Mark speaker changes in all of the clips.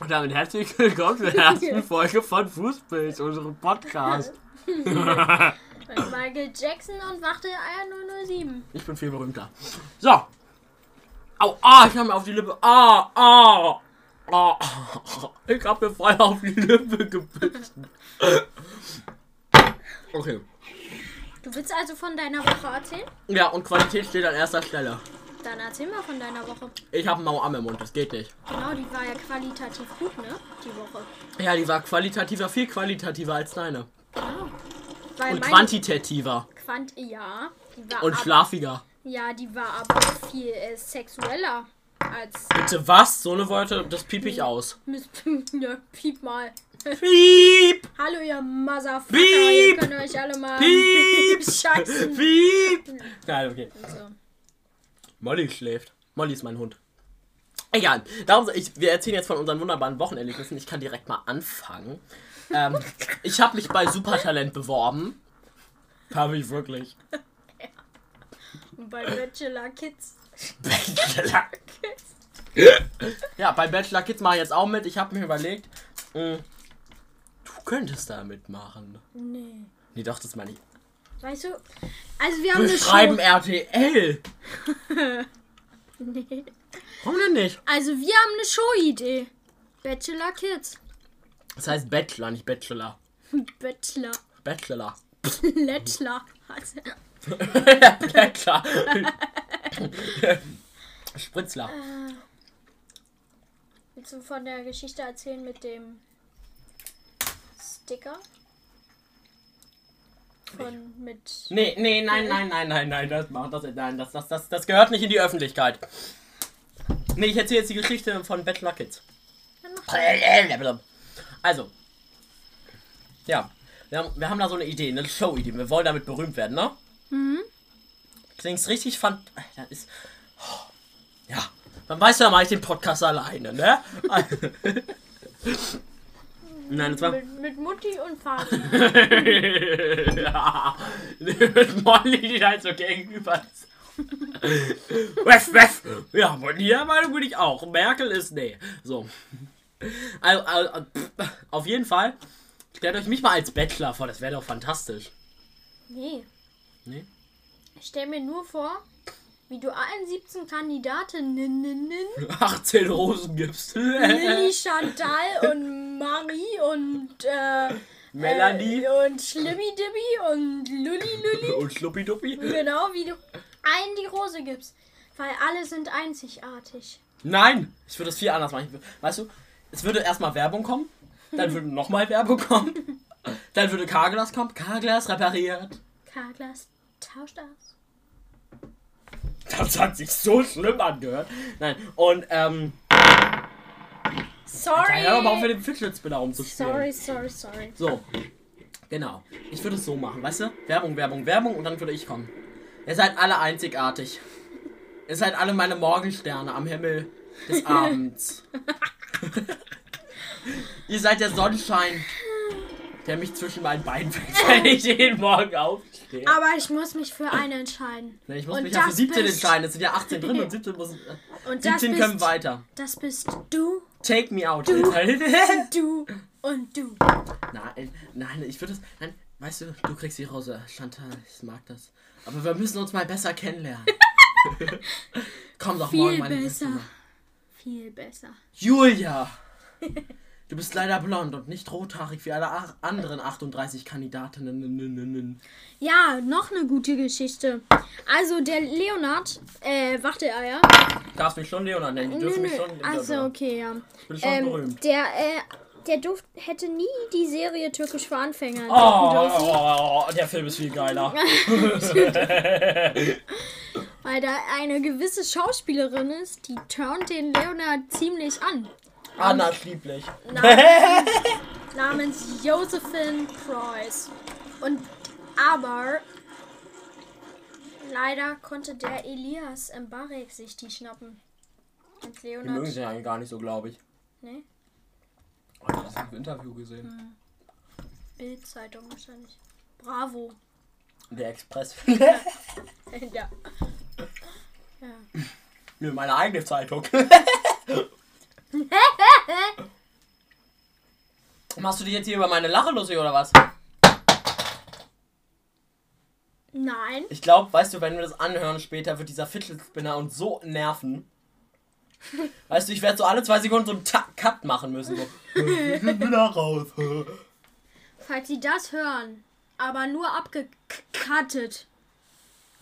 Speaker 1: Und damit herzlich willkommen zur ersten Folge von Fußpilz, unserem Podcast.
Speaker 2: Mit Michael Jackson und Wachte Eier 007.
Speaker 1: Ich bin viel berühmter. So. Au, ah, ich habe mir auf die Lippe. Ah, ah. ah. Ich habe mir voll auf die Lippe gebissen. Okay.
Speaker 2: Du willst also von deiner Woche erzählen?
Speaker 1: Ja, und Qualität steht an erster Stelle.
Speaker 2: Dann erzähl mal von deiner Woche.
Speaker 1: Ich habe einen Mau am Mund, das geht nicht.
Speaker 2: Genau, die war ja qualitativ gut, ne? Die Woche.
Speaker 1: Ja, die war qualitativer, viel qualitativer als deine.
Speaker 2: Genau. Weil
Speaker 1: Und
Speaker 2: meine
Speaker 1: quantitativer.
Speaker 2: Quant ja, die war
Speaker 1: Und
Speaker 2: ab-
Speaker 1: schlafiger.
Speaker 2: Ja, die war aber viel äh, sexueller als
Speaker 1: Bitte was? So eine Worte, das piep ich aus.
Speaker 2: Miss ja, Piep mal.
Speaker 1: Piep!
Speaker 2: Hallo ihr Motherfucker, ihr
Speaker 1: Piep!
Speaker 2: könnt euch alle mal
Speaker 1: Piep!
Speaker 2: scheißen.
Speaker 1: Piep! Nein, okay.
Speaker 2: So.
Speaker 1: Molly schläft. Molly ist mein Hund. Egal. Darum, ich, wir erzählen jetzt von unseren wunderbaren Wochenerlebnissen. Ich kann direkt mal anfangen. Ähm, ich habe mich bei Supertalent beworben. Habe ich wirklich.
Speaker 2: Und bei Bachelor Kids.
Speaker 1: Bachelor. ja, bei Bachelor Kids mache ich jetzt auch mit. Ich habe mir überlegt, mh, du könntest da mitmachen.
Speaker 2: Nee.
Speaker 1: Nee, doch, das meine ich.
Speaker 2: Weißt du? Also wir haben
Speaker 1: Wir
Speaker 2: eine
Speaker 1: schreiben
Speaker 2: Show.
Speaker 1: RTL.
Speaker 2: Nee.
Speaker 1: Warum denn nicht?
Speaker 2: Also wir haben eine Show-Idee. Bachelor Kids.
Speaker 1: Das heißt Bachelor, nicht Bachelor.
Speaker 2: Bachelor.
Speaker 1: Bachelor.
Speaker 2: Bachelor. Also,
Speaker 1: Bachelor. Spritzler.
Speaker 2: Willst du von der Geschichte erzählen mit dem Sticker? Von mit.
Speaker 1: Nee, nee, nein, nein, nein, nein, nein, das macht das, nein, das, das, das, das gehört nicht in die Öffentlichkeit. Nee, ich erzähle jetzt die Geschichte von Bachelor Kids.
Speaker 2: Dann mach
Speaker 1: Also, ja, wir haben, wir haben da so eine Idee, eine Show-Idee. Wir wollen damit berühmt werden, ne? Mhm. Klingt's richtig fand. Das ist. Ja, dann weißt du, dann mache ich den Podcast alleine, ne? Nein, das war.
Speaker 2: Mit, mit Mutti und Vater.
Speaker 1: ja. Mit Molly, die da halt so gegenüber ist. weff, weff. Ja, von jeder Meinung bin ich auch. Merkel ist, nee. So. Also, also, pff, auf jeden Fall, stellt euch mich mal als Bettler vor, das wäre doch fantastisch.
Speaker 2: Nee.
Speaker 1: Nee?
Speaker 2: Ich stell mir nur vor, wie du allen 17 Kandidatinnen
Speaker 1: 18 Rosen gibst.
Speaker 2: Lilly Chantal und Marie und äh,
Speaker 1: Melanie
Speaker 2: Äh, und Schlimmidibbi und Lulli Lulli.
Speaker 1: und Schluppiduppi.
Speaker 2: Genau, wie du allen die Rose gibst. Weil alle sind einzigartig.
Speaker 1: Nein, ich würde es viel anders machen. Ich wür- Weißt du, es würde erstmal Werbung kommen, dann würde nochmal Werbung kommen, dann würde Carglass kommen, Carglass repariert.
Speaker 2: Karglas tauscht aus.
Speaker 1: Das hat sich so schlimm angehört. Nein, und ähm.
Speaker 2: Sorry.
Speaker 1: Ja, aber auch mit dem Fidget Spinner rumzuspielen.
Speaker 2: Sorry, sorry, sorry.
Speaker 1: So. Genau. Ich würde es so machen, weißt du? Werbung, Werbung, Werbung und dann würde ich kommen. Ihr seid alle einzigartig. Ihr seid alle meine Morgensterne am Himmel des Abends. Ihr seid der Sonnenschein, der mich zwischen meinen Beinen fällt, wenn ich jeden Morgen aufstehe.
Speaker 2: Aber ich muss mich für eine entscheiden.
Speaker 1: Ich muss
Speaker 2: Ah, Und
Speaker 1: mich ja für
Speaker 2: das
Speaker 1: 17
Speaker 2: bist-
Speaker 1: entscheiden. Es sind ja 18 drin und 17 müssen.
Speaker 2: Und das
Speaker 1: 17
Speaker 2: bist,
Speaker 1: können weiter.
Speaker 2: Das bist du,
Speaker 1: Take me out.
Speaker 2: du und du.
Speaker 1: Nein, nein, ich würde das. Nein, weißt du, du kriegst die Rose. Chantal, ich mag das. Aber wir müssen uns mal besser kennenlernen. Komm doch morgen,
Speaker 2: Viel
Speaker 1: meine
Speaker 2: besser.
Speaker 1: Beste.
Speaker 2: Viel besser.
Speaker 1: Julia! Du bist leider blond und nicht rothaarig wie alle ach- anderen 38 Kandidatinnen.
Speaker 2: Ja, noch eine gute Geschichte. Also der Leonard, äh, Wachteleier.
Speaker 1: Darfst mich schon Leonard nennen? Die
Speaker 2: Nö,
Speaker 1: dürfen
Speaker 2: nö.
Speaker 1: mich schon.
Speaker 2: Also okay, ja.
Speaker 1: ich bin schon
Speaker 2: Ähm,
Speaker 1: berühmt.
Speaker 2: der, äh, der Duft hätte nie die Serie Türkisch für Anfänger
Speaker 1: Oh,
Speaker 2: entdecken dürfen.
Speaker 1: oh, oh, der Film ist viel geiler.
Speaker 2: Weil da eine gewisse Schauspielerin ist, die turnt den Leonard ziemlich an.
Speaker 1: Anna lieblich.
Speaker 2: Namens Josephine Preuß. Und aber leider konnte der Elias Mbarek sich die schnappen. Und
Speaker 1: Die mögen sich
Speaker 2: Leonard.
Speaker 1: ja eigentlich gar nicht so, glaube ich.
Speaker 2: Ne?
Speaker 1: Oh, ich habe das im Interview gesehen.
Speaker 2: Bildzeitung wahrscheinlich. Bravo.
Speaker 1: Der Express.
Speaker 2: ja.
Speaker 1: Nö, meine eigene Zeitung. Machst du dich jetzt hier über meine Lache lustig oder was?
Speaker 2: Nein.
Speaker 1: Ich glaube, weißt du, wenn wir das anhören später, wird dieser Fidget-Spinner uns so nerven. Weißt du, ich werde so alle zwei Sekunden so einen Ta Cut machen müssen. So. Wieder raus.
Speaker 2: Falls sie das hören, aber nur abgekattet,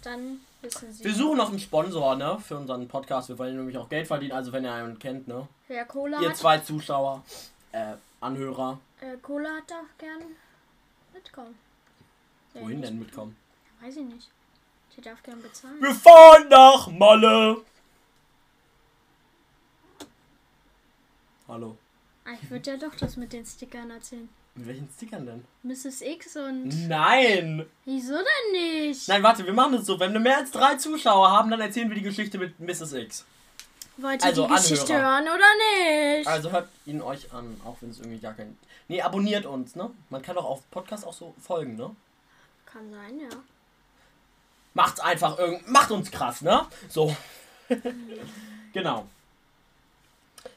Speaker 2: dann wissen sie.
Speaker 1: Wir suchen noch einen Sponsor, ne? Für unseren Podcast. Wir wollen nämlich auch Geld verdienen. Also, wenn ihr einen kennt, ne?
Speaker 2: Wer Cola
Speaker 1: Ihr
Speaker 2: hat,
Speaker 1: zwei Zuschauer, äh, Anhörer.
Speaker 2: äh, Cola hat doch gern mitkommen. Wer
Speaker 1: Wohin
Speaker 2: nicht?
Speaker 1: denn mitkommen?
Speaker 2: Weiß ich nicht. Sie darf gern bezahlen.
Speaker 1: Wir fahren nach Malle. Hallo.
Speaker 2: Ah, ich würde ja doch das mit den Stickern erzählen.
Speaker 1: Mit welchen Stickern denn?
Speaker 2: Mrs. X und.
Speaker 1: Hm? Nein!
Speaker 2: Wieso denn nicht?
Speaker 1: Nein, warte, wir machen das so. Wenn wir mehr als drei Zuschauer haben, dann erzählen wir die Geschichte mit Mrs. X.
Speaker 2: Wollt ihr
Speaker 1: also
Speaker 2: die Geschichte
Speaker 1: Anhörer.
Speaker 2: hören oder nicht?
Speaker 1: Also hört ihn euch an, auch wenn es irgendwie gar kein. Nee, abonniert uns, ne? Man kann doch auf Podcast auch so folgen, ne?
Speaker 2: Kann sein, ja.
Speaker 1: Macht's einfach irgend. Macht uns krass, ne? So. genau.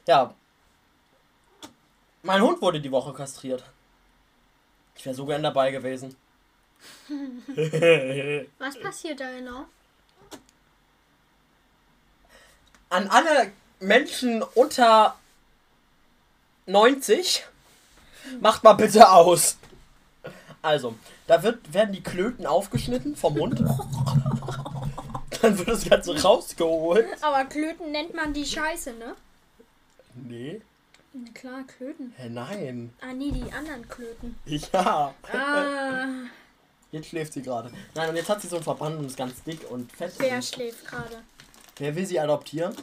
Speaker 1: Ja. Mein Hund wurde die Woche kastriert. Ich wäre so gern dabei gewesen.
Speaker 2: Was passiert da genau?
Speaker 1: An alle Menschen unter 90, macht mal bitte aus. Also, da wird, werden die Klöten aufgeschnitten vom Mund. Dann wird das Ganze rausgeholt.
Speaker 2: Aber Klöten nennt man die Scheiße, ne?
Speaker 1: Nee.
Speaker 2: Na klar, Klöten.
Speaker 1: Hä, nein.
Speaker 2: Ah, nee, die anderen Klöten.
Speaker 1: Ja.
Speaker 2: Ah,
Speaker 1: Jetzt schläft sie gerade. Nein, und jetzt hat sie so einen Verband und ist ganz dick und fett.
Speaker 2: wer
Speaker 1: Und
Speaker 2: schläft gerade?
Speaker 1: wer will sie adoptieren?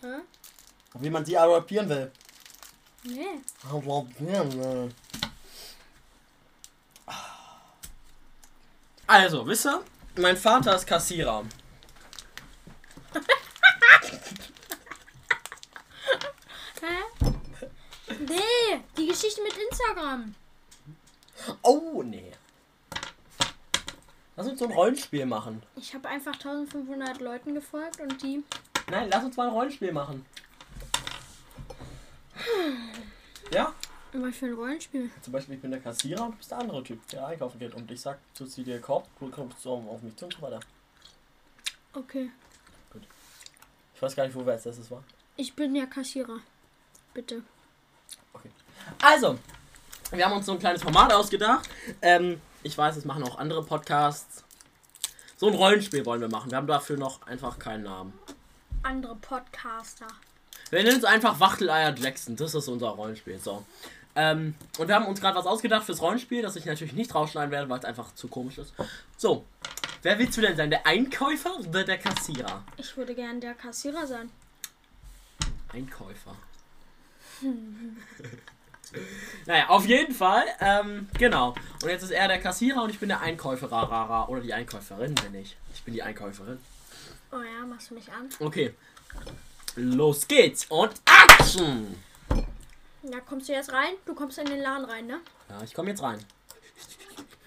Speaker 2: Hä?
Speaker 1: Ob jemand sie adoptieren will?
Speaker 2: Nee.
Speaker 1: Adoptieren ne. will. Also, wisst ihr? Mein Vater ist Kassierer.
Speaker 2: Hä? Nee, die Geschichte mit Instagram.
Speaker 1: Oh, nee. Lass uns so ein Rollenspiel machen.
Speaker 2: Ich habe einfach 1500 Leuten gefolgt und die.
Speaker 1: Nein, lass uns mal ein Rollenspiel machen. Ja?
Speaker 2: Was für ein Rollenspiel?
Speaker 1: Zum Beispiel, ich bin der Kassierer und du bist der andere Typ, der einkaufen geht. Und ich sag, du ziehst dir den Korb, du kommst so auf mich zu und so weiter.
Speaker 2: Okay.
Speaker 1: Ich weiß gar nicht, wo wir als erstes waren.
Speaker 2: Ich bin ja Kassierer. Bitte.
Speaker 1: Also, wir haben uns so ein kleines Format ausgedacht. Ähm, ich weiß, es machen auch andere Podcasts. So ein Rollenspiel wollen wir machen. Wir haben dafür noch einfach keinen Namen.
Speaker 2: Andere Podcaster.
Speaker 1: Wir nennen es einfach Wachteleier Jackson. Das ist unser Rollenspiel. So. Ähm, und wir haben uns gerade was ausgedacht fürs Rollenspiel, das ich natürlich nicht rausschneiden werde, weil es einfach zu komisch ist. So. Wer willst du denn sein? Der Einkäufer oder der Kassierer?
Speaker 2: Ich würde gern der Kassierer sein.
Speaker 1: Einkäufer. naja, auf jeden Fall. Ähm, genau. Und jetzt ist er der Kassierer und ich bin der Einkäufer. Rara, oder die Einkäuferin bin ich. Ich bin die Einkäuferin.
Speaker 2: Oh ja, machst du mich an?
Speaker 1: Okay. Los geht's und Action!
Speaker 2: Da kommst du jetzt rein. Du kommst in den Laden rein, ne?
Speaker 1: Ja, ich komme jetzt rein.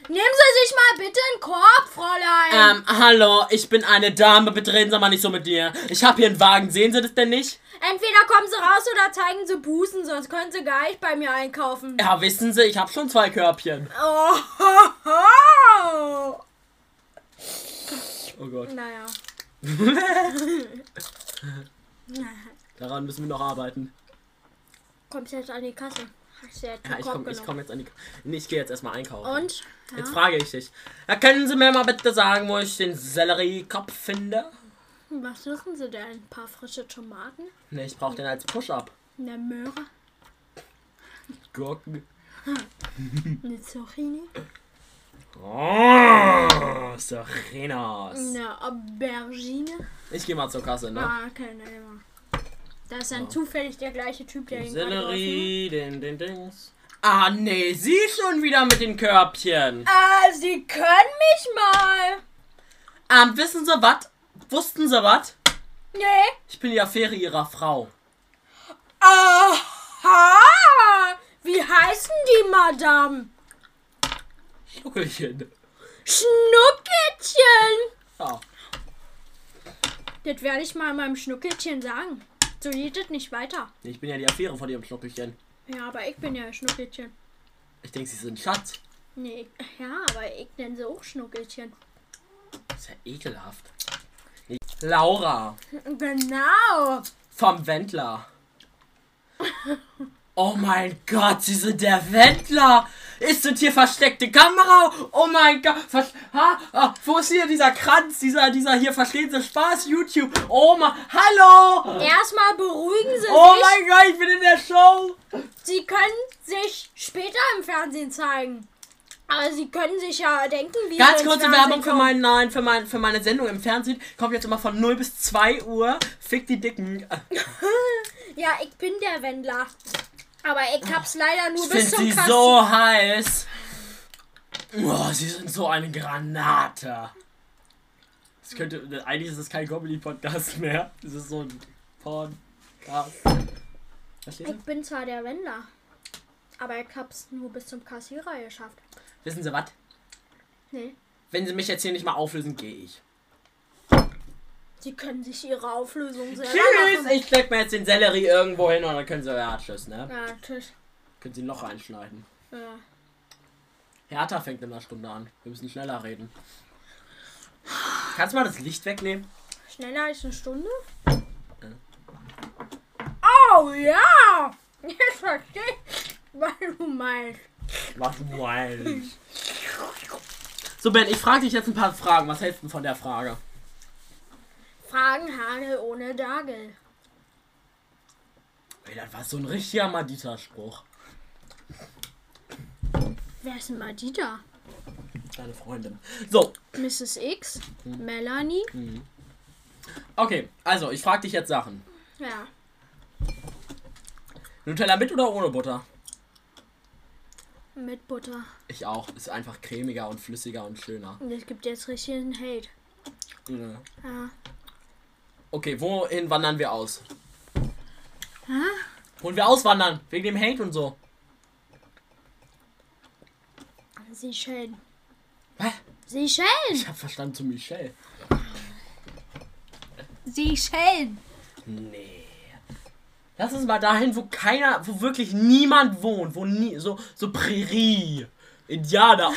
Speaker 2: Nehmen Sie sich mal bitte einen Korb, Fräulein.
Speaker 1: Ähm, hallo, ich bin eine Dame. Bitte reden Sie mal nicht so mit mir. Ich habe hier einen Wagen. Sehen Sie das denn nicht?
Speaker 2: Entweder kommen Sie raus oder zeigen Sie Bußen, sonst können Sie gar nicht bei mir einkaufen.
Speaker 1: Ja, wissen Sie, ich habe schon zwei Körbchen.
Speaker 2: Oh, ho, ho.
Speaker 1: Oh Gott.
Speaker 2: Naja.
Speaker 1: Daran müssen wir noch arbeiten.
Speaker 2: Kommst jetzt an die Kasse. Hast du jetzt
Speaker 1: Ja,
Speaker 2: einen
Speaker 1: ich
Speaker 2: Korb
Speaker 1: komme
Speaker 2: genommen.
Speaker 1: komm jetzt an die. Nee, ich gehe jetzt erstmal einkaufen.
Speaker 2: Und? Ja.
Speaker 1: Jetzt frage ich dich. Ja, können Sie mir mal bitte sagen, wo ich den Selleriekopf finde?
Speaker 2: Was suchen Sie denn? Ein paar frische Tomaten?
Speaker 1: Ne, ich brauche den als Push-Up.
Speaker 2: Eine Möhre?
Speaker 1: Gurken.
Speaker 2: Eine Zucchini?
Speaker 1: Oh, Serenas.
Speaker 2: Eine Aubergine?
Speaker 1: Ich gehe mal zur Kasse, ne?
Speaker 2: Ah, keine Ahnung. Da ist dann zufällig der gleiche Typ, der
Speaker 1: Den
Speaker 2: ihn gerade geholfen
Speaker 1: Sellerie, den, den Dings. Ah, nee, sie schon wieder mit den Körbchen.
Speaker 2: hat. Ah, Sie können mich mal.
Speaker 1: Ähm, wissen Sie was? Wussten Sie was?
Speaker 2: Nee.
Speaker 1: Ich bin die Affäre Ihrer Frau.
Speaker 2: Aha! Wie heißen die, Madame?
Speaker 1: Schnuckelchen.
Speaker 2: Schnuckelchen!
Speaker 1: Ja.
Speaker 2: Das werde ich mal meinem Schnuckelchen sagen. So geht es nicht weiter.
Speaker 1: Ich bin ja die Affäre von ihrem Schnuckelchen.
Speaker 2: Ja, aber ich bin ja ein Schnuckelchen.
Speaker 1: Ich denke, sie sind Schatz.
Speaker 2: Nee, ich- ja, aber ich nenne sie auch Schnuckelchen.
Speaker 1: ist ja ekelhaft. Laura
Speaker 2: Genau.
Speaker 1: vom Wendler. Oh mein Gott, sie sind der Wendler. Ist das hier versteckte Kamera? Oh mein Gott. Ver ha, ha, wo ist hier dieser Kranz? Dieser, dieser hier, verstehen Sie Spaß? YouTube. Oh mein, hallo.
Speaker 2: Erstmal beruhigen Sie
Speaker 1: Oh
Speaker 2: sich.
Speaker 1: mein Gott, ich bin in der Show.
Speaker 2: Sie können sich später im Fernsehen zeigen. Aber Sie können sich ja denken, wie
Speaker 1: Ganz
Speaker 2: Sie ins
Speaker 1: kurze
Speaker 2: Fernsehen
Speaker 1: Werbung für,
Speaker 2: kommen.
Speaker 1: meinen, nein, für, mein, für meine Sendung im Fernsehen. Kommt jetzt immer von 0 bis 2 Uhr. Fick die Dicken. Ah.
Speaker 2: Ja, ich bin der Wendler. Aber ich hab's leider nur
Speaker 1: Sind
Speaker 2: bis zum
Speaker 1: sie
Speaker 2: Kasten.
Speaker 1: so heiß? Oh, sie sind so eine Granate. Das könnte, eigentlich ist es kein Comedy-Podcast mehr. Das ist so ein Podcast. Versteht ihr?
Speaker 2: Ich bin zwar der Wendler, aber ich hab's nur bis zum Kassierer geschafft.
Speaker 1: Wissen Sie was?
Speaker 2: Nee.
Speaker 1: Wenn Sie mich jetzt hier nicht mal auflösen, gehe ich.
Speaker 2: Sie können sich ihre Auflösung selber
Speaker 1: Tschüss!
Speaker 2: machen.
Speaker 1: Ich steck mir jetzt den Sellerie irgendwo hin und dann können Sie ja Tschüss, ne?
Speaker 2: Ja, tschüss.
Speaker 1: Können Sie ein Loch einschneiden.
Speaker 2: Ja.
Speaker 1: Hertha fängt in einer Stunde an. Wir müssen schneller reden. Kannst du mal das Licht wegnehmen?
Speaker 2: Schneller als eine Stunde?
Speaker 1: Ja.
Speaker 2: Oh ja! Jetzt verstehe ich, was du meinst.
Speaker 1: Was wild. So, Ben, ich frage dich jetzt ein paar Fragen. Was hältst du von der Frage?
Speaker 2: Fragenhagel ohne Dagel.
Speaker 1: Ey, das war so ein richtiger Madita-Spruch.
Speaker 2: Wer ist denn mal die da?
Speaker 1: Deine Freundin. So,
Speaker 2: Mrs. X? Melanie?
Speaker 1: okay. Also, ich frage dich jetzt Sachen.
Speaker 2: Ja.
Speaker 1: Nutella mit oder ohne Butter?
Speaker 2: Mit Butter.
Speaker 1: Ich auch. Ist einfach cremiger und flüssiger und schöner.
Speaker 2: Und es gibt jetzt richtig einen Hate.
Speaker 1: Mhm.
Speaker 2: Ja.
Speaker 1: Okay, wohin wandern wir aus? Wohin wir auswandern? Wegen dem Hate und so.
Speaker 2: Seychellen.
Speaker 1: Was?
Speaker 2: Seychellen!
Speaker 1: Ich hab verstanden zu Michelle.
Speaker 2: Seychellen!
Speaker 1: Nee. Lass uns mal dahin, wo keiner, wo wirklich niemand wohnt, wo nie, so, so Prärie. Indianer.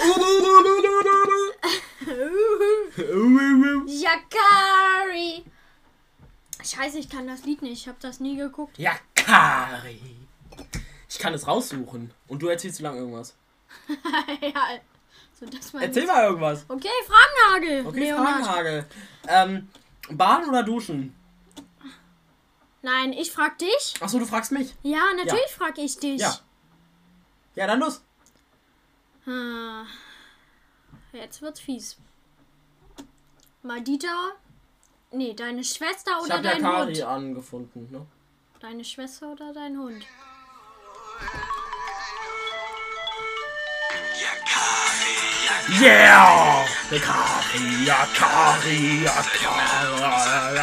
Speaker 2: Jakari! Scheiße, ich kann das Lied nicht. Ich habe das nie geguckt.
Speaker 1: Ja, Kari. Ich kann es raussuchen. Und du erzählst zu lang irgendwas.
Speaker 2: ja. So, das war
Speaker 1: Erzähl mal irgendwas.
Speaker 2: Okay, Fragenhagel.
Speaker 1: Okay,
Speaker 2: Leonard.
Speaker 1: Fragenhagel. Ähm, baden oder duschen?
Speaker 2: Nein, ich frag dich.
Speaker 1: Achso, du fragst mich.
Speaker 2: Ja, natürlich frag ich dich.
Speaker 1: Ja. Ja, dann los.
Speaker 2: Ah, Jetzt wird's fies. Madita. Nee, deine Schwester
Speaker 1: Ich
Speaker 2: oder
Speaker 1: hab ja
Speaker 2: dein
Speaker 1: Kari
Speaker 2: Hund.
Speaker 1: angefunden, ne?
Speaker 2: Deine Schwester oder dein Hund.
Speaker 1: Yeah! Kari, ja, Kari, ja, Kari.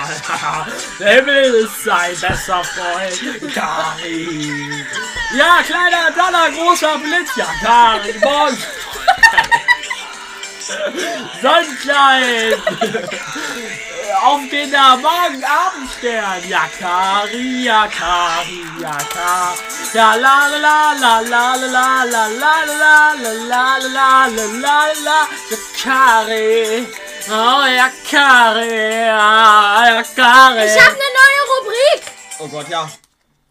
Speaker 1: Der Himmel ist sein bester Freund. Kari. Ja, kleiner Donner, großer Blitz. Ja, Kari, morgen. Sonnenschein. Aufgehender Morgenabendstern. Ja, Kari, ja, Kari, ja, Kari. Ja, la, la, la, la, la, la, la, la, la, la, la, la, la, la, la, la, ja, Kari. Oh, ja, Kari, ja, ja, Kari.
Speaker 2: Ich hab eine neue Rubrik.
Speaker 1: Oh Gott, ja.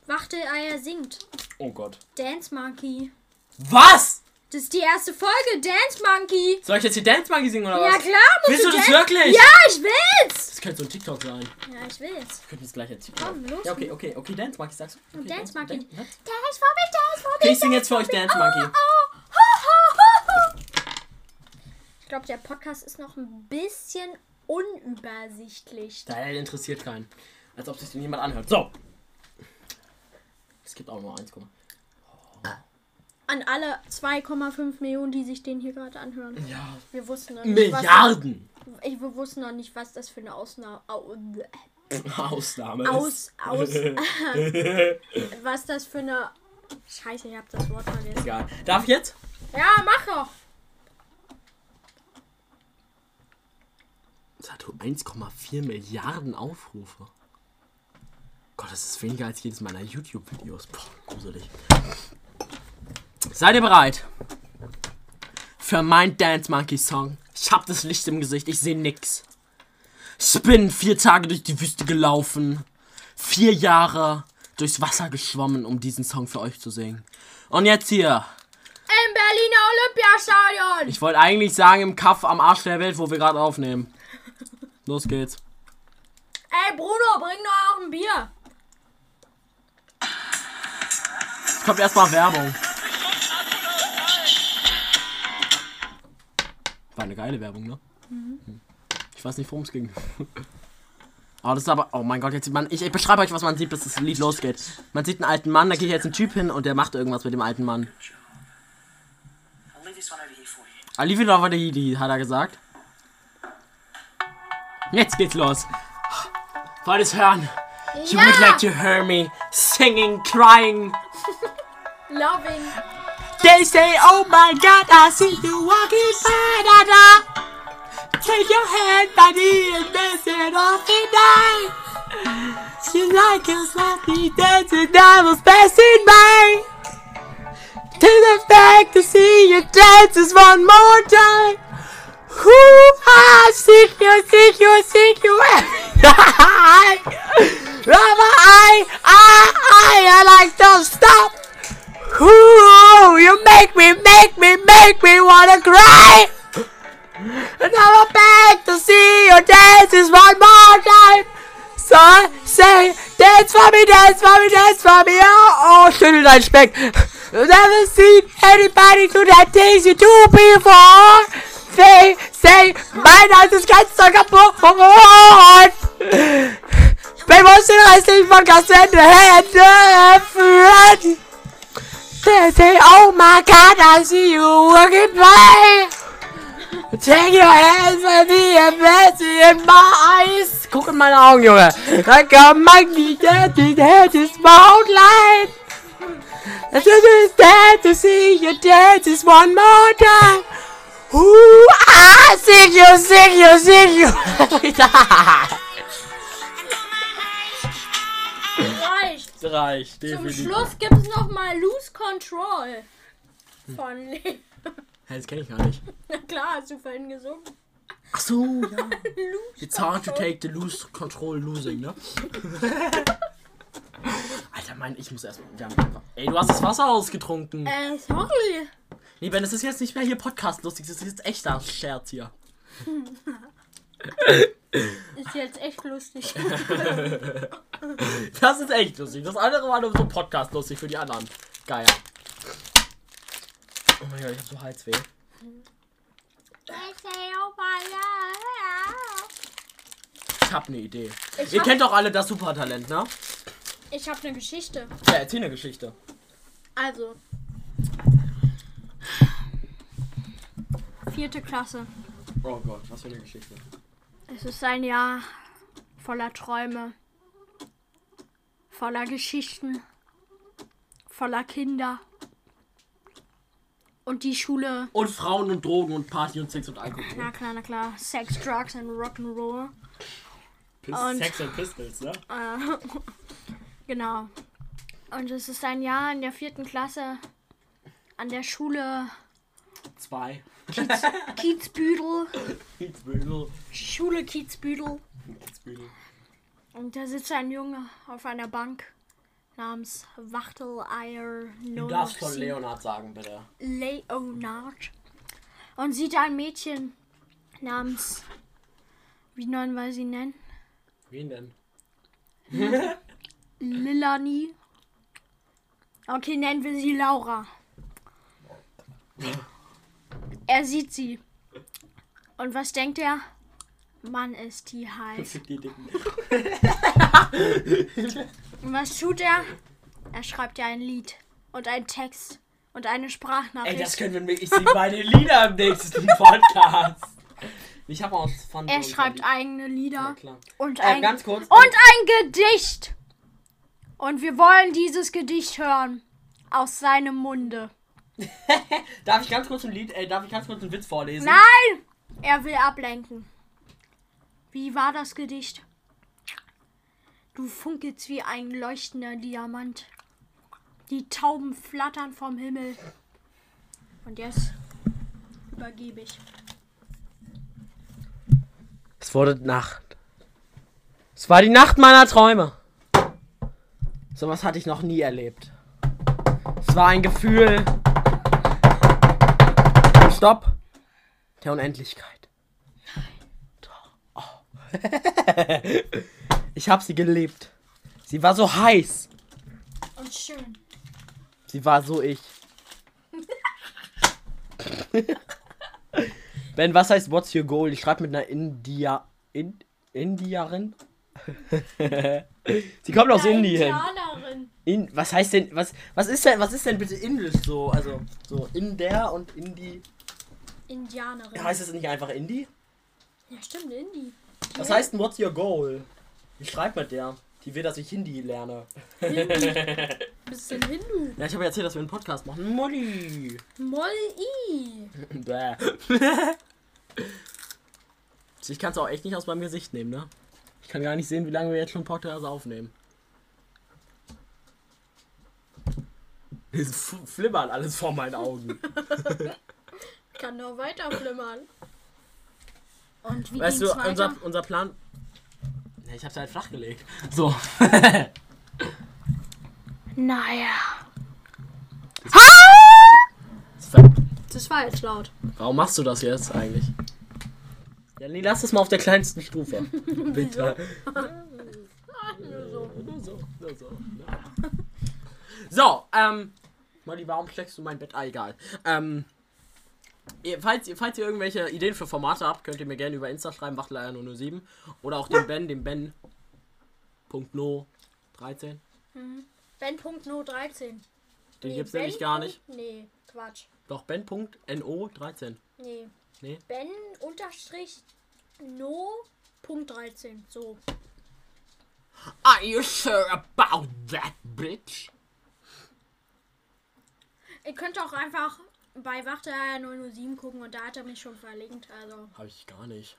Speaker 2: Wachteleier singt.
Speaker 1: Oh Gott.
Speaker 2: Dance Monkey.
Speaker 1: Was?
Speaker 2: Das ist die erste Folge. Dance Monkey.
Speaker 1: Soll ich jetzt die Dance Monkey singen oder was?
Speaker 2: Ja klar, musst
Speaker 1: Willst du das
Speaker 2: Dan-
Speaker 1: wirklich?
Speaker 2: Ja, ich will's.
Speaker 1: Das könnte so ein TikTok sein.
Speaker 2: Ja, ich will's.
Speaker 1: Ich könnte jetzt gleich jetzt.
Speaker 2: Komm, los.
Speaker 1: Ja, okay, okay, okay, Dance Monkey, sagst du? Okay,
Speaker 2: Dance Monkey.
Speaker 1: Dan- was?
Speaker 2: Dance for me, dance for me.
Speaker 1: Okay, ich singe jetzt für euch Dance Monkey.
Speaker 2: Oh, ho, ho, ho, ho. Ich glaube, der Podcast ist noch ein bisschen unübersichtlich.
Speaker 1: Teil interessiert keinen. Als ob sich den jemand anhört. So. Es gibt auch nur eins, guck mal.
Speaker 2: An alle 2,5 Millionen, die sich den hier gerade anhören.
Speaker 1: Ja.
Speaker 2: Wir wussten noch nicht, was,
Speaker 1: Milliarden.
Speaker 2: ich, wir wussten noch nicht, was das für eine Ausnahme au,
Speaker 1: Ausnahme. ist.
Speaker 2: aus, aus was das für eine Scheiße, ich hab das Wort vergessen.
Speaker 1: Egal. Darf ich jetzt?
Speaker 2: Ja, mach doch.
Speaker 1: Das hat 1,4 Milliarden Aufrufe. Gott, das ist weniger als jedes meiner YouTube-Videos. Boah, gruselig. Seid ihr bereit? Für mein Dance Monkey Song. Ich hab das Licht im Gesicht, ich sehe nix. Ich bin vier Tage durch die Wüste gelaufen. Vier Jahre durchs Wasser geschwommen, um diesen Song für euch zu singen. Und jetzt hier.
Speaker 3: Im Berliner Olympiastadion.
Speaker 1: Ich wollte eigentlich sagen, im Kaff am Arsch der Welt, wo wir gerade aufnehmen. Los geht's.
Speaker 3: Ey, Bruno, bring doch auch ein Bier.
Speaker 1: Es kommt erstmal Werbung. War eine geile Werbung, ne? Ich weiß nicht, worum es ging. Aber das ist aber. Oh mein Gott, jetzt sieht man. Ich, ich beschreibe euch, was man sieht, bis das Lied losgeht. Man sieht einen alten Mann, da geht jetzt ein Typ hin und der macht irgendwas mit dem alten Mann.
Speaker 4: I'll leave this one over here for you.
Speaker 1: Alivi Lavadidi, hat er gesagt. Jetzt geht's los. Wollt ihr's hören? You would like to hear me singing, crying.
Speaker 3: Loving.
Speaker 1: They say, oh my god, I see you walking by, da da. Take your hand, buddy, and dance it all the night. You like a sloppy dance, and I was passing by. To the fact to see you dance is one more time. Who I see you, see you, see you every night. Love, I, I, I, I like to stop. Ooh, you make me, make me, make me wanna cry. And I'm back to see your dances one more time. So I say, dance for me, dance for me, dance for me. Oh, oh schüttel dein Speck. You never seen anybody do that things you do before. They say, mein Haus ist ganz so kaputt. Wenn wir uns den restlichen Podcast zu Ende hätten, führen. They say, oh my god, I see you walking by. Take your hands from me and bless me in my eyes. Guck in meine Augen, Junge. I got my dead, dead is moonlight. This is dead to see you dance is one more time. Ooh, I sing you, sing you, sing you.
Speaker 3: Reicht.
Speaker 1: Reicht,
Speaker 3: Zum Schluss gibt es nochmal Lose Control. Von Le
Speaker 1: das kenne ich gar nicht.
Speaker 3: Na klar, hast du vorhin gesungen.
Speaker 1: Ach so, ja.
Speaker 3: Lose
Speaker 1: It's hard to take the loose control losing, ne? Alter, mein, ich muss erstmal. Wir haben einfach- Ey, du hast das Wasser ausgetrunken.
Speaker 3: Äh, sorry.
Speaker 1: Nee, Ben, das ist jetzt nicht mehr hier Podcast-lustig, das ist jetzt echter Scherz hier.
Speaker 3: Ist jetzt echt lustig.
Speaker 1: Das ist echt lustig. Das andere war nur so Podcast-lustig für die anderen. Geil. Oh mein Gott, ich hab so Halsweh. Ich hab eine Idee.
Speaker 3: Ich
Speaker 1: Ihr
Speaker 3: hab-
Speaker 1: kennt doch alle das Supertalent, ne?
Speaker 3: Ich habe
Speaker 2: ne
Speaker 3: eine Geschichte.
Speaker 1: Ja, erzähl eine Geschichte.
Speaker 3: Also. Vierte Klasse.
Speaker 1: Oh Gott, was für eine Geschichte.
Speaker 3: Es ist ein Jahr voller Träume, voller Geschichten, voller Kinder. Und die Schule,
Speaker 1: Und Frauen und Drogen und Party und Sex und Alkohol.
Speaker 3: na klar, na klar, Sex, Drugs and Rock'n'Roll.
Speaker 1: Pis
Speaker 3: Und-
Speaker 1: Sex und Pistols, ne?
Speaker 3: Äh, genau. Und es ist ein Jahr in der vierten Klasse an der Schule
Speaker 1: Zwei.
Speaker 3: Kiezbüdel,
Speaker 1: Kitzbühel.
Speaker 3: Schule Kiezbüdel.
Speaker 1: Kitzbühel.
Speaker 3: Und da sitzt ein Junge auf einer Bank namens Wachteleier
Speaker 1: Du
Speaker 3: No
Speaker 1: darfst von Leonard sagen, bitte.
Speaker 3: Leonard und sieht ein Mädchen namens, wie nennen wir sie nennen?
Speaker 1: Wen denn?
Speaker 3: Lilani. Okay, nennen wir sie Laura. Er sieht sie. Und was denkt er? Mann, ist die heiß.
Speaker 1: Fick die Dicken.
Speaker 3: Und was tut er? Er schreibt ihr ein Lied und einen Text und eine
Speaker 1: Ey,
Speaker 3: Sprachnachricht.
Speaker 1: das können wir wirklich. Ich sing meine Lieder im nächsten Podcast. Ich habe auch von.
Speaker 3: er schreibt eigene
Speaker 1: Ja,
Speaker 3: Lieder.
Speaker 1: klar.
Speaker 3: Und
Speaker 1: Äh,
Speaker 3: ein, Oh.
Speaker 1: ganz kurz.
Speaker 3: und ein Gedicht. Und wir wollen dieses Gedicht hören. Aus seinem Munde.
Speaker 1: Darf ich ganz kurz ein Lied, äh, darf ich ganz kurz einen Witz vorlesen?
Speaker 3: Nein! Er will ablenken. Wie war das Gedicht?
Speaker 2: Du funkelst wie ein leuchtender Diamant. Die Tauben flattern vom Himmel. Und jetzt übergebe ich.
Speaker 1: Es wurde Nacht. Es war die Nacht meiner Träume. Sowas hatte ich noch nie erlebt. Es war ein Gefühl. Stopp. Der Unendlichkeit. Nein. Oh. ich habe sie gelebt. Sie war so heiß.
Speaker 2: Und schön.
Speaker 1: Sie war so ich. ben, was heißt What's Your Goal? Ich schreibe mit einer India. In, Indierin? Sie kommt aus Indien.
Speaker 2: Indianerin.
Speaker 1: In, was heißt denn, was, was ist denn, was ist denn bitte Indisch so? Also, so in der und Indie.
Speaker 2: Indianerin.
Speaker 1: Heißt es nicht einfach Indie?
Speaker 2: ja, stimmt, Indie.
Speaker 1: Was heißt denn What's Your Goal? Wie schreibt man der? Die will, dass ich Hindi lerne.
Speaker 2: Bisschen Hindu.
Speaker 1: Ja, ich habe ja erzählt, dass wir einen Podcast machen. Molly.
Speaker 2: Moll-I.
Speaker 1: Bäh. ich kann es auch echt nicht aus meinem Gesicht nehmen, ne? Ich kann gar nicht sehen, wie lange wir jetzt schon Podcast aufnehmen. Es f- flimmert alles vor meinen Augen.
Speaker 2: Kann noch weiter flimmern. Und wie
Speaker 1: Weißt du,
Speaker 2: ging's weiter?
Speaker 1: unser, unser Plan. Ja, ich hab's halt flach gelegt. So.
Speaker 2: Naja. Das war jetzt laut.
Speaker 1: Warum machst du das jetzt eigentlich? Ja, nee, lass es mal auf der kleinsten Stufe. Bitte. Nur so, nur so, ne? So, ähm. Molly, warum schlägst du mein Bett? Ah, egal. Ähm. Ihr, falls, ihr, falls ihr irgendwelche Ideen für Formate habt, könnt ihr mir gerne über Insta schreiben, Wachteleier007. Oder auch den Ben, den Ben. Punkt no 13.
Speaker 2: Ben.no13.
Speaker 1: Den gibt's nämlich gar nicht.
Speaker 2: Nee, Quatsch.
Speaker 1: Doch, Ben.no13.
Speaker 2: Nee.
Speaker 1: Nee.
Speaker 2: Ben unterstrich no Punkt 13. So.
Speaker 1: Are you sure about that, bitch?
Speaker 2: Ihr könnt auch einfach bei Wachter 907 gucken und da hat er mich schon verlinkt. Also,
Speaker 1: Habe ich gar nicht.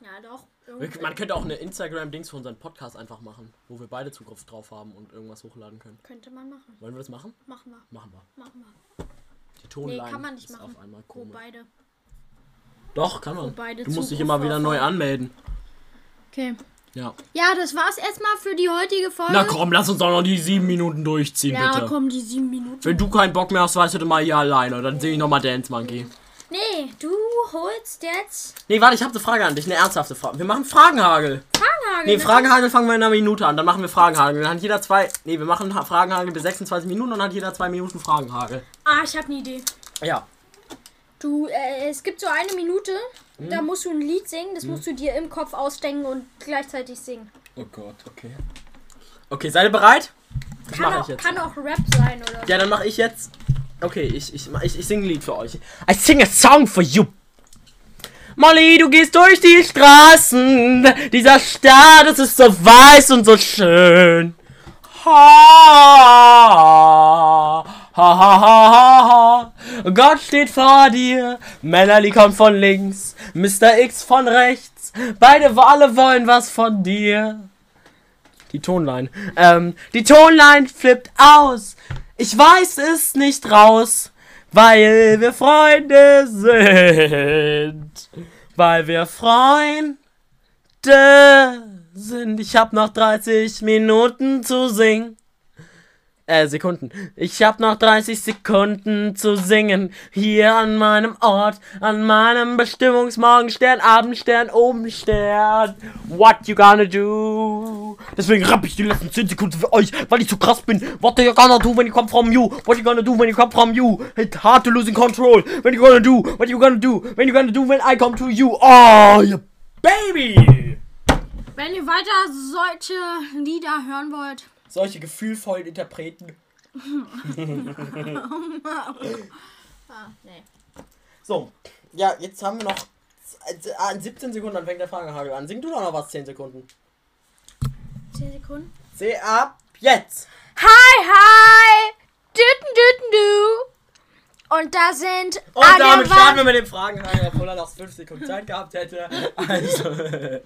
Speaker 2: ja doch.
Speaker 1: Wir- Man könnte auch eine Instagram-Dings für unseren Podcast einfach machen, wo wir beide Zugriff drauf haben und irgendwas hochladen können.
Speaker 2: Könnte man machen.
Speaker 1: Wollen wir das machen?
Speaker 2: Machen wir.
Speaker 1: Machen wir.
Speaker 2: Machen wir.
Speaker 1: Die Tonline
Speaker 2: Nee, kann man nicht
Speaker 1: ist
Speaker 2: machen.
Speaker 1: auf einmal
Speaker 2: Wo
Speaker 1: komisch.
Speaker 2: beide.
Speaker 1: Doch, kann man.
Speaker 2: beide
Speaker 1: du musst dich
Speaker 2: Zugriff
Speaker 1: immer wieder
Speaker 2: drauf
Speaker 1: neu
Speaker 2: haben.
Speaker 1: anmelden.
Speaker 2: Okay.
Speaker 1: Ja.
Speaker 2: Ja, das war's erstmal für die heutige Folge.
Speaker 1: Na komm, lass uns doch noch die sieben Minuten durchziehen,
Speaker 2: ja,
Speaker 1: bitte.
Speaker 2: komm, die sieben Minuten.
Speaker 1: Wenn du keinen Bock mehr hast, weißt du mal hier alleine. Dann sehe ich nochmal Dance Monkey.
Speaker 2: Nee, du holst jetzt
Speaker 1: Nee, warte, ich habe eine Frage an dich. Eine ernsthafte Frage. Wir machen Fragenhagel.
Speaker 2: Fragenhagel.
Speaker 1: Nee, Fragenhagel fangen wir in einer Minute an. Dann machen wir Fragenhagel. Dann hat jeder zwei. Nee, wir machen Ha- Fragenhagel bis 26 Minuten und dann hat jeder zwei Minuten Fragenhagel.
Speaker 2: Ah, ich habe eine Idee.
Speaker 1: Ja.
Speaker 2: Du, äh, es gibt so eine Minute,
Speaker 1: Hm?
Speaker 2: da musst du ein Lied singen, das musst du dir im Kopf ausdenken und gleichzeitig singen.
Speaker 1: Oh Gott, okay. Okay, seid ihr bereit? Das
Speaker 2: Kann,
Speaker 1: mache
Speaker 2: auch,
Speaker 1: ich jetzt.
Speaker 2: kann auch Rap sein oder so.
Speaker 1: Ja, dann mache ich jetzt. Okay, ich, ich, ich, ich singe ein Lied für euch. I sing a song for you. Molly, du gehst durch die Straßen dieser Stadt, es ist so weiß und so schön. Ha, ha, ha, ha, ha, ha. Gott steht vor dir, Melanie kommt von links, Mr. X von rechts, beide Wale wollen was von dir. Die Tonline. Ähm, die Tonline flippt aus. Ich weiß es nicht raus, weil wir Freunde sind. Weil wir Freunde sind. Ich hab noch 30 Minuten zu singen. Äh, Sekunden. Ich hab noch 30 Sekunden zu singen. Hier an meinem Ort, an meinem Bestimmungsmorgenstern, Abendstern, Obenstern. What you gonna do? Deswegen rapp ich die letzten 10 Sekunden für euch, weil ich so krass bin. What you gonna do when you come from you? What you gonna do when you come from you? It's hard to losing control. When you gonna do? What you gonna do? When you gonna do when I come to you? Oh, you baby!
Speaker 2: Wenn ihr weiter solche Lieder hören wollt,
Speaker 1: Solche gefühlvollen Interpreten.
Speaker 2: Oh, Ah, nee.
Speaker 1: So, ja, jetzt haben wir noch. An 17 Sekunden dann fängt der Fragehagel an. Sing du doch noch was 10 Sekunden.
Speaker 2: 10 Sekunden.
Speaker 1: Seh ab jetzt!
Speaker 2: Hi, hi! Düten, düten, du! Und da sind
Speaker 1: Und
Speaker 2: an der
Speaker 1: damit starten wir
Speaker 2: Wand-
Speaker 1: mit dem Fragenhagel, obwohl er noch 5 Sekunden Zeit gehabt hätte. Also.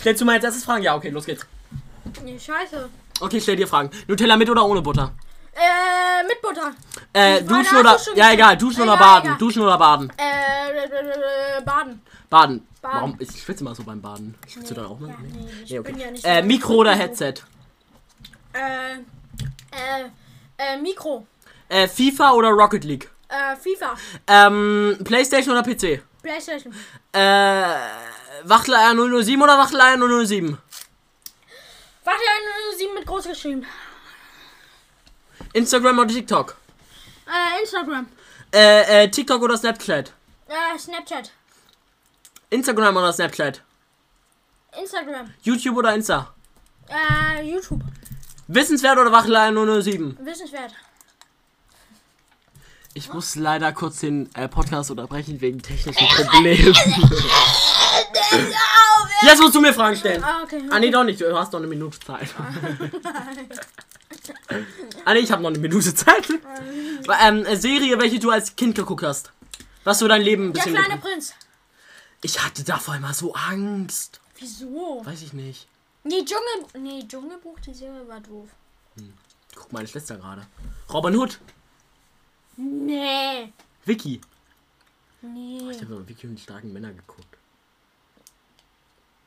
Speaker 1: Stellst du mal jetzt erstes Fragen? Ja, okay, los geht's.
Speaker 2: Nee, scheiße.
Speaker 1: Okay, stell dir Fragen. Nutella mit oder ohne Butter?
Speaker 2: Äh, mit Butter.
Speaker 1: Äh,
Speaker 2: Die Frage
Speaker 1: duschen
Speaker 2: hast
Speaker 1: oder.
Speaker 2: du schon
Speaker 1: Ja,
Speaker 2: gesagt.
Speaker 1: egal, duschen oder
Speaker 2: Egal,
Speaker 1: baden.
Speaker 2: egal.
Speaker 1: Duschen oder baden.
Speaker 2: Äh, äh, äh, baden.
Speaker 1: Baden.
Speaker 2: Baden.
Speaker 1: Warum? Ich schwitze immer so beim Baden. Schwitzt du dann auch mal?
Speaker 2: Ja, nee, ich
Speaker 1: Nee, okay.
Speaker 2: bin ja nicht. so
Speaker 1: äh,
Speaker 2: weit.
Speaker 1: Mikro oder Headset?
Speaker 2: Äh, äh, äh, Mikro.
Speaker 1: Äh, FIFA oder Rocket League?
Speaker 2: Äh, FIFA.
Speaker 1: Ähm, Playstation oder PC?
Speaker 2: Playstation.
Speaker 1: Äh, Wachteleier 007 oder Wachteleier 007?
Speaker 2: Warte, 107 mit groß geschrieben.
Speaker 1: Instagram oder TikTok?
Speaker 2: Äh, Instagram.
Speaker 1: Äh, äh, TikTok oder Snapchat?
Speaker 2: Äh, Snapchat.
Speaker 1: Instagram oder Snapchat?
Speaker 2: Instagram.
Speaker 1: YouTube oder Insta?
Speaker 2: Äh, YouTube.
Speaker 1: Wissenswert oder Wachteleier 007?
Speaker 2: Wissenswert.
Speaker 1: Ich muss leider kurz den äh, Podcast unterbrechen wegen technischen Problemen. Jetzt musst du mir Fragen stellen.
Speaker 2: Ah, okay.
Speaker 1: Ah, nee, doch nicht. Du hast noch eine Minute Zeit. ah, nee, ich habe noch eine Minute Zeit. ähm, äh, Serie, welche du als Kind geguckt hast. Was für dein Leben ein
Speaker 2: Der
Speaker 1: bisschen.
Speaker 2: kleine
Speaker 1: geprägt-
Speaker 2: Prinz.
Speaker 1: ich hatte davor immer so Angst.
Speaker 2: Wieso?
Speaker 1: Weiß ich nicht.
Speaker 2: Nee, Dschungel. Nee, Dschungelbuch, die Serie war doof.
Speaker 1: Guck mal, ich letzter gerade. Robin Hood.
Speaker 2: Nee.
Speaker 1: Vicky. Oh, Ich
Speaker 2: Nee.
Speaker 1: habe immer Vicky und die starken Männer geguckt.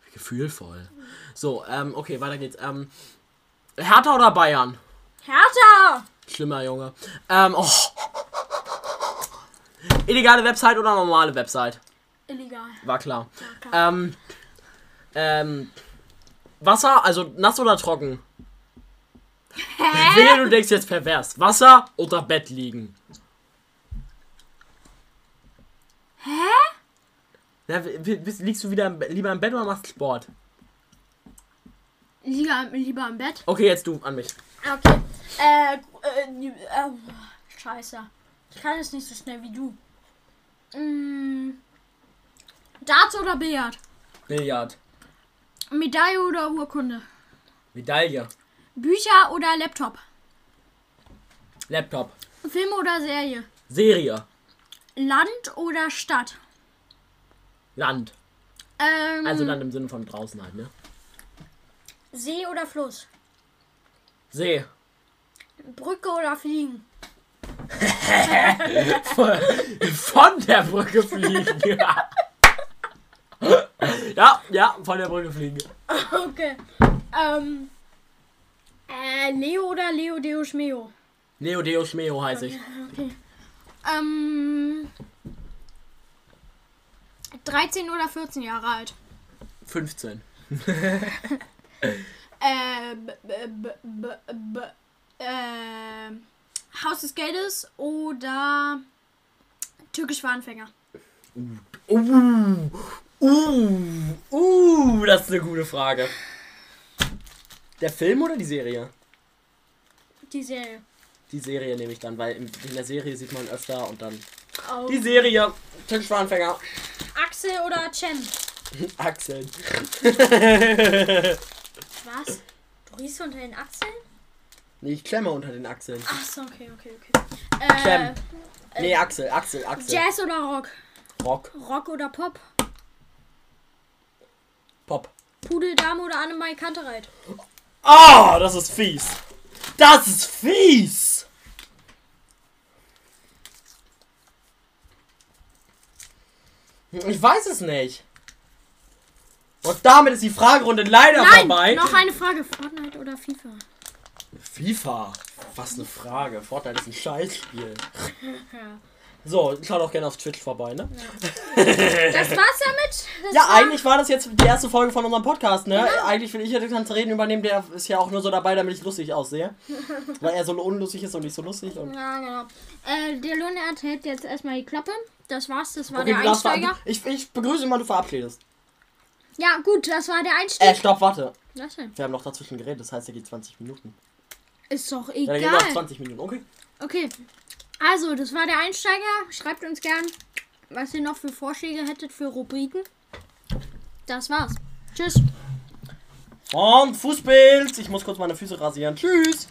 Speaker 1: Wie Gefühlvoll. So, ähm, okay, weiter geht's. Ähm, Hertha oder Bayern?
Speaker 2: Hertha!
Speaker 1: Schlimmer Junge. Ähm, oh. Illegale Website oder normale Website?
Speaker 2: Illegal.
Speaker 1: War klar.
Speaker 2: klar.
Speaker 1: Ähm, ähm, Wasser, also nass oder trocken? Wehe, du denkst jetzt pervers. Wasser oder Bett liegen? Hä? Na, w- w- bist- liegst du wieder im, Be- lieber im Bett oder machst Sport?
Speaker 2: Lieber, lieber im Bett.
Speaker 1: Okay, jetzt du an mich.
Speaker 2: Okay. Äh, äh, äh, scheiße. Ich kann es nicht so schnell wie du. Mm, Darts oder Billard?
Speaker 1: Billard.
Speaker 2: Medaille oder Urkunde?
Speaker 1: Medaille.
Speaker 2: Bücher oder Laptop?
Speaker 1: Laptop.
Speaker 2: Film oder Serie?
Speaker 1: Serie.
Speaker 2: Land oder Stadt?
Speaker 1: Land.
Speaker 2: Ähm,
Speaker 1: Also Land im Sinne von draußen halt, ne?
Speaker 2: See oder Fluss?
Speaker 1: See.
Speaker 2: Brücke oder Fliegen?
Speaker 1: Von der Brücke fliegen. ja, ja, ja, von der Brücke fliegen.
Speaker 2: Okay. Ähm, äh, Leo oder Leo Deus Meo?
Speaker 1: Leo Deo Schmeo heiße ich.
Speaker 2: Ähm, 13 oder 14 Jahre alt?
Speaker 1: 15.
Speaker 2: Äh, b, b, b, b, b, äh, Haus des Geldes oder Türkisch für Anfänger?
Speaker 1: Uh, uh, uh, das ist eine gute Frage. Der Film oder die Serie?
Speaker 2: Die Serie.
Speaker 1: Die Serie nehme ich dann, weil in in der Serie sieht man öfter und dann.
Speaker 2: Oh.
Speaker 1: Die Serie. Tim Schwanfänger.
Speaker 2: Axel oder Chen?
Speaker 1: Axel.
Speaker 2: Was? Du riechst unter den Achseln?
Speaker 1: Nee, ich klemme unter den Achseln.
Speaker 2: Achso, okay, okay, okay. Äh,
Speaker 1: Clem. Nee, Axel, Axel, Axel.
Speaker 2: Jazz oder Rock?
Speaker 1: Rock.
Speaker 2: Rock oder Pop?
Speaker 1: Pop.
Speaker 2: Pudeldame oder Annemai Kantereit?
Speaker 1: Ah, das ist fies. Das ist fies. Ich weiß es nicht. Und damit ist die Fragerunde leider
Speaker 2: Nein!
Speaker 1: vorbei.
Speaker 2: Noch eine Frage. Fortnite oder FIFA?
Speaker 1: FIFA. Was eine Frage. Fortnite ist ein Scheißspiel. So, schau doch gerne auf Twitch vorbei, ne?
Speaker 2: Das war's damit? Das
Speaker 1: Ja,
Speaker 2: war-
Speaker 1: eigentlich war das jetzt die erste Folge von unserem Podcast, ne? Eigentlich will ich ja den ganzen Reden übernehmen, der ist ja auch nur so dabei, damit ich lustig aussehe. Weil er so unlustig ist und nicht so lustig. Und
Speaker 2: Ja, genau. Äh, der Leonard hält jetzt erstmal die Klappe. Das war's, das war
Speaker 1: Okay,
Speaker 2: der
Speaker 1: du darfst
Speaker 2: Einsteiger.
Speaker 1: verab- Ich, ich begrüße immer, du verabschiedest.
Speaker 2: Ja, gut, das war der
Speaker 1: Äh,
Speaker 2: Einsteiger.
Speaker 1: stopp, warte.
Speaker 2: Was denn?
Speaker 1: Wir haben noch dazwischen geredet, das heißt, er geht 20 Minuten.
Speaker 2: Ist doch
Speaker 1: Ja, dann gehen noch
Speaker 2: egal.
Speaker 1: 20 Minuten, okay.
Speaker 2: Okay. Also, das war der Einsteiger. Schreibt uns gern, was ihr noch für Vorschläge hättet für Rubriken. Das war's. Tschüss.
Speaker 1: Und Fußpilz, ich muss kurz meine Füße rasieren. Tschüss.